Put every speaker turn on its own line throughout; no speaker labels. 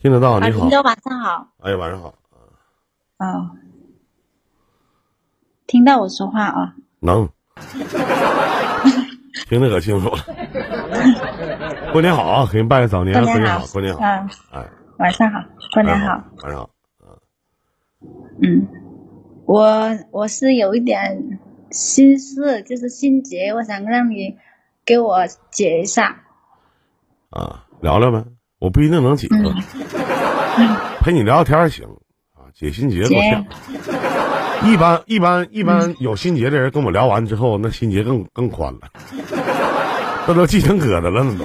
听得到，
啊，
你好
林，哥，晚上好。
哎，晚上好，
哦，听到我说话啊、
能，听得可清楚了。过年好啊，给你拜个早年，
过
过
年
年
好
好，过年好，
嗯，
哎，
晚上好，
过
过年好。，
晚上好，
嗯，我我是有一点心事，就是心结，我想让你给我解一下。
啊，聊聊呗，我不一定能解释，陪你聊聊天儿行啊，解心结多像。一般一般一般有心结的人跟我聊完之后，那心结更更宽了，那都系成疙瘩了，那都。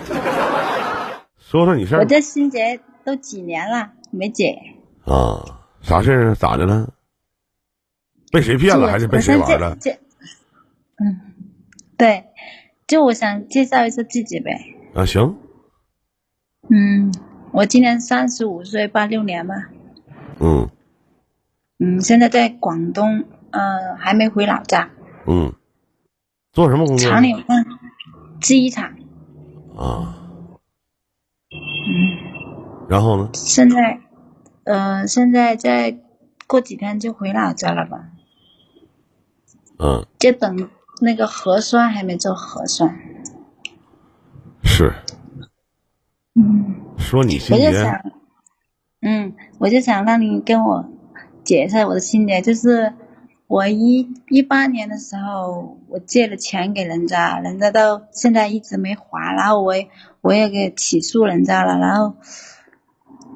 说说你事
我
儿
这心结都几年了没解，
啊，啥事儿啊？咋的了？被谁骗了还是被谁玩了
我？这这，嗯，对，就我想介绍一下自己呗。
啊，行，
嗯，我今年三十五岁，八六年嘛。
嗯
嗯，现在在广东，呃，还没回老家。
嗯，做什么工作
厂里有份机场，
啊？
嗯，
然后呢？
现在，呃，现在在过几天就回老家了吧？
嗯，
就等那个核酸还没做核酸。
是
嗯，
说你
我
心
就
结
想，嗯，我就想让你跟我解释我的心结，就是我一一八年的时候，我借了钱给人家，人家到现在一直没还，然后我也我也给起诉人家了，然后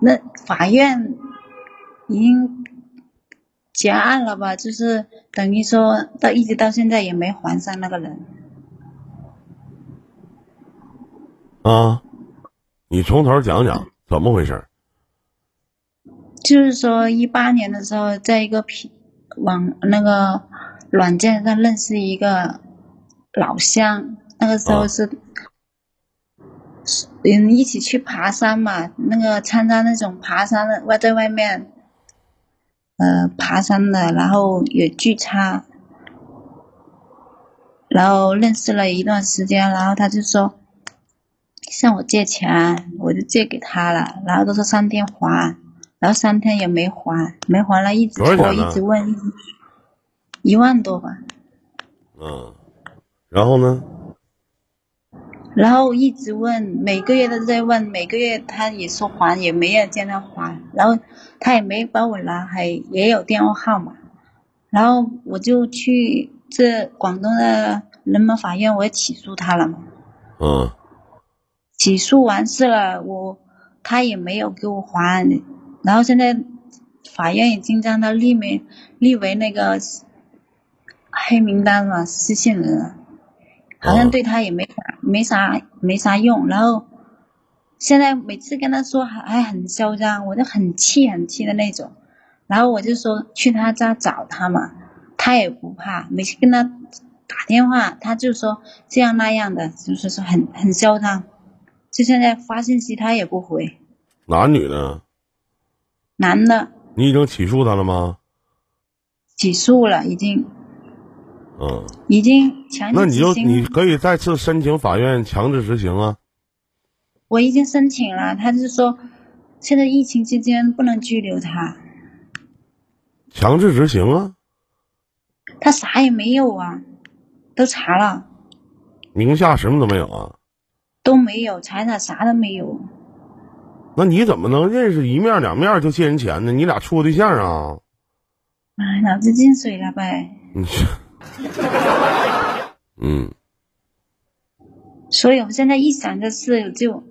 那法院已经结案了吧，就是等于说到一直到现在也没还上那个人。
啊？你从头讲讲怎么回事儿？
就是说，一八年的时候，在一个皮网那个软件上认识一个老乡，那个时
啊
候是，是嗯，一起去爬山嘛，那个参加那种爬山的，外在外面，呃，爬山的，然后有聚餐，然后认识了一段时间，然后他就说向我借钱，我就借给他了，然后他说三天还，然后三天也没还，没还了，一直
多少
拖，
钱呢
一直问，一直一万多吧，
嗯，然后呢？
然后一直问，每个月都在问，每个月他也说还，也没人见他还，然后他也没把我拉黑，也有电话号码，然后我就去这广东的人民法院，我也起诉他了嘛。
嗯
起诉完事了，我他也没有给我还，然后现在法院已经将他立为立为那个黑名单了，失信人了，好像
哦
对他也没啥没啥没啥用。然后现在每次跟他说还还很嚣张，我就很气很气的那种。然后我就说去他家找他嘛，他也不怕，每次跟他打电话，他就说这样那样的，就是说很很嚣张。就现在发信息他也不回，
男女呢？
男的
你已经起诉他了吗？
起诉了，已经
嗯，
已经强
那
制
你就
执
你
行，
可以再次申请法院强制执行啊。
我已经申请了，他就说现在疫情期间不能拘留他，
强制执行啊，
他啥也没有啊，都查了
名下什么都没有啊。
都没有，财产啥都没有，
那你怎么能认识一面两面就借人钱呢？你俩处过对象啊？
哎，脑子进水了呗。
你这，嗯，
所以我现在一想这事就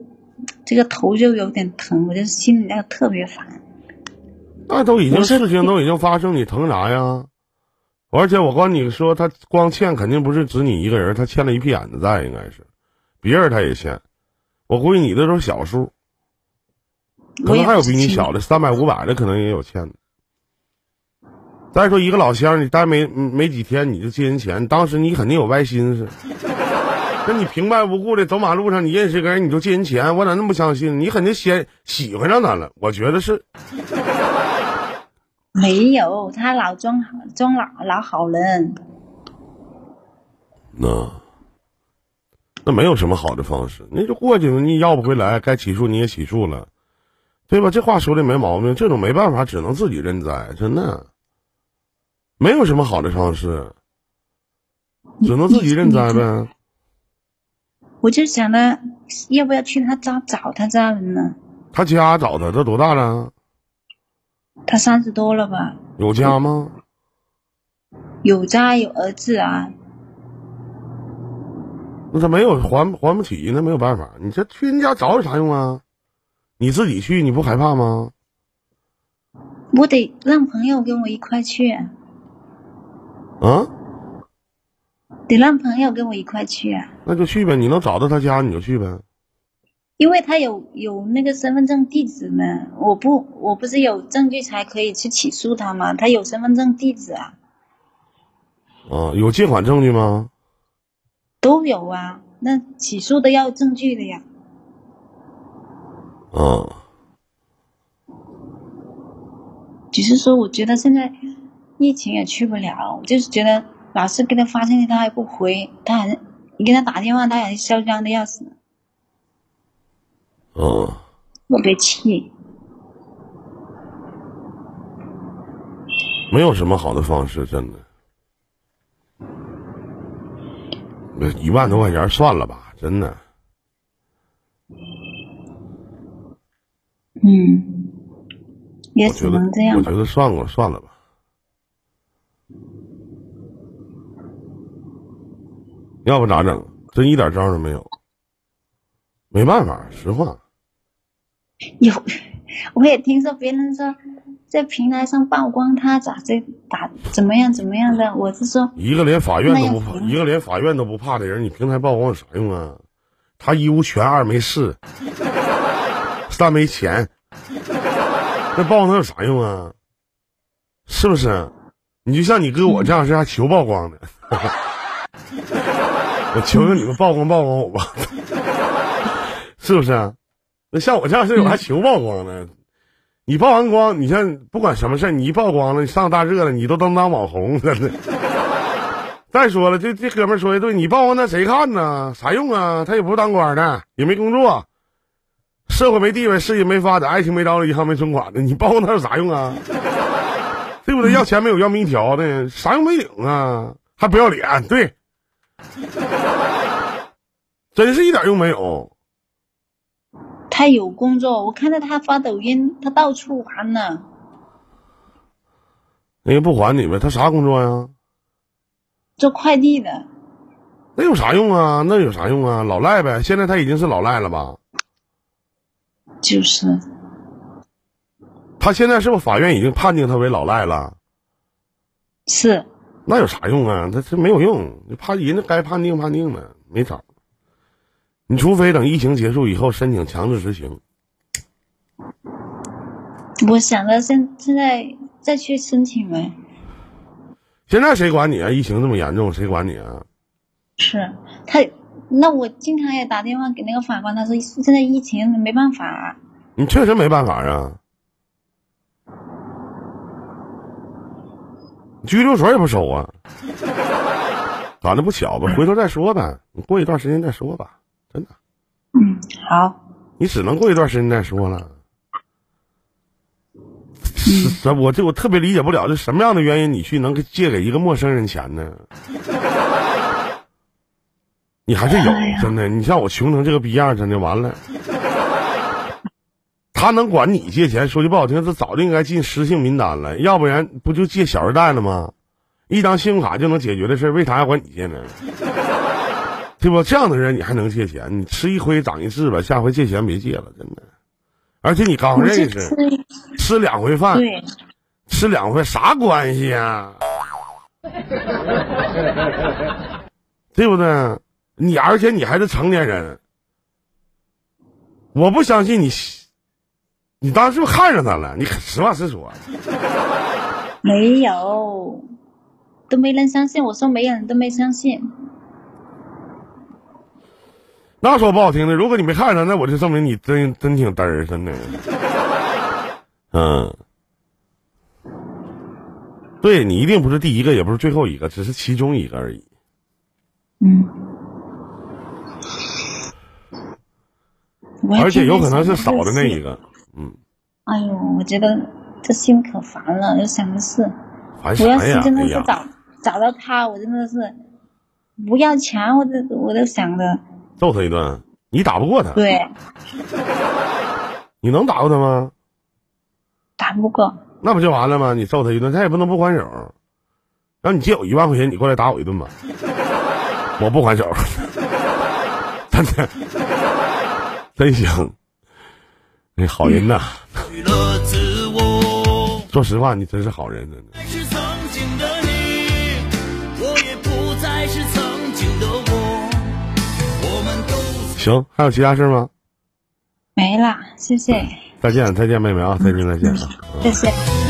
这个头就有点疼，我就心里那个特别烦。
那都已经
我是
事情都已经发生，你疼啥呀？而且我跟你说，他光欠肯定不是只你一个人，他欠了一屁眼子债，应该是，别人他也欠。我估计你的都是小数，可
我也
能还有
不是
比你
亲
小的，三百五百的可能也有欠的。再说一个老乡，你待没嗯没几天你就借人钱，当时你肯定有歪心思。那你平白无故的走马路上，你认识个人你就借人钱，我咋那么不相信？你肯定先喜欢上他了，我觉得是。
没有，他老装好装老老好人，
那那没有什么好的方式，那就过去吧。你要不回来，该起诉你也起诉了，对吧？这话说的没毛病，这种没办法，只能自己认栽，真的，没有什么好的方式，只能自己认栽呗。
我就想着要不要去他家找他家人呢？
他家找他，这多大了？
他三十多了吧？
有家吗？
有家有儿子啊。
那他没有还还不起，那没有办法。你这去人家找有啥用啊？你自己去，你不害怕吗？
我得让朋友跟我一块去啊，
啊，
得让朋友跟我一块去啊，
那就去呗。你能找到他家，你就去呗。
因为他有有那个身份证地址呢，我不我不是有证据才可以去起诉他吗？他有身份证地址啊，
啊，有借款证据吗？
都有啊，那起诉都要证据的呀。
啊，
只是说，我觉得现在疫情也去不了，我就是觉得老是给他发信息，他还不回，他还你给他打电话，他也嚣张的要死，
啊，
特别气。
没有什么好的方式，真的。那一万多块钱算了吧，真的。
嗯，也
我觉
只
得
能哎这，样
我
吧。
觉得算了算了吧。要不咋整？真一点招儿都没有。没办法，实话。
有，我也听说别人说在平台上曝光他咋这打怎么样怎么样的，我是说
一个连法院都不怕
那也，行
一个连法院都不怕的人，你平台曝光有啥用啊？他一无权，二没势，三没钱，那曝光他有啥用啊？是不是？你就像你哥我这样是还求曝光的， 我求求你们曝光曝光我吧，是不是？那像我这样是有还求曝光呢？你曝完光，你像不管什么事儿，你一曝光了，你上大热了，你都能当网红，真的。再说了，这这哥们儿说的对，你曝光那谁看呢？啥用啊？他也不是当官的，也没工作，社会没地位，事业没发展，爱情没着落，银行没存款的，你曝光他有啥用啊？ 对不对？要钱没有，要命一条的，啥用没领啊？还不要脸，对，真是一点用没有。
他有工作，我看到他发抖音，他到处玩呢。
那哎个不还你呗？他啥工作呀？
做快递的，
那有啥用啊？那有啥用啊？老赖呗。现在他已经是老赖了吧？
就是
他现在是不是法院已经判定他为老赖了？
是
那有啥用啊？他这没有用，判人家该判定判定了，没招。你除非等疫情结束以后申请强制执行，
我想着现现在再去申请呗。
现在谁管你啊？疫情这么严重，谁管你啊？
是他，那我经常也打电话给那个法官，他说现在疫情没办法啊、
你确实没办法啊。拘留所也不收啊， 反正不小吧，回头再说呗。你过一段时间再说吧，真的，
嗯，好，
你只能过一段时间再说了。
嗯
这我这我特别理解不了，这什么样的原因你去能给借给一个陌生人钱 呢？你还是有
哎呀
真的，你像我穷成这个逼样，真的 完了。他能管你借钱？说句不好听，这早就应该进失信名单了，要不然不就借小二贷了吗？一张信用卡就能解决的事儿，为啥要管你借呢？ 对吧？这样的人你还能借钱？你吃一亏长一智吧，下回借钱别借了，真的。而且你刚
我这
认识，啊
次
吃两回饭，
对，
吃两回啥关系呀、 对不对？你而且你还是成年人，我不相信你，你当时是不是看上他了？你可实话实说，
没有，都没人相信。我说没有人都没相信，
那说不好听的，如果你没看上他，那我就证明你真真挺嘚儿，真的。嗯，对你一定不是第一个，也不是最后一个，只是其中一个而已。
嗯。
而且有可能是少的那一个。嗯，
哎呦，我觉得这心可烦了，又想的是，
烦啥
我要
呀
是？真的
哎
是
呀，
找找到他，我真的是不要钱，我都我都想的，
揍他一顿，你打不过他，
对，
你能打过他吗？
打不过，
那不就完了吗？你揍他一顿，他也不能不还手。让你借我一万块钱，你过来打我一顿吧。我不还手，真的，真行。哎，好人呐！
去了自我。
说实话，你真是好人，真的。
还是曾经的你，我也不再是曾经的我，我们都
行，还有其他事吗？
没啦，谢谢，
再见，再见，妹妹啊！再见，再见啊！
谢谢。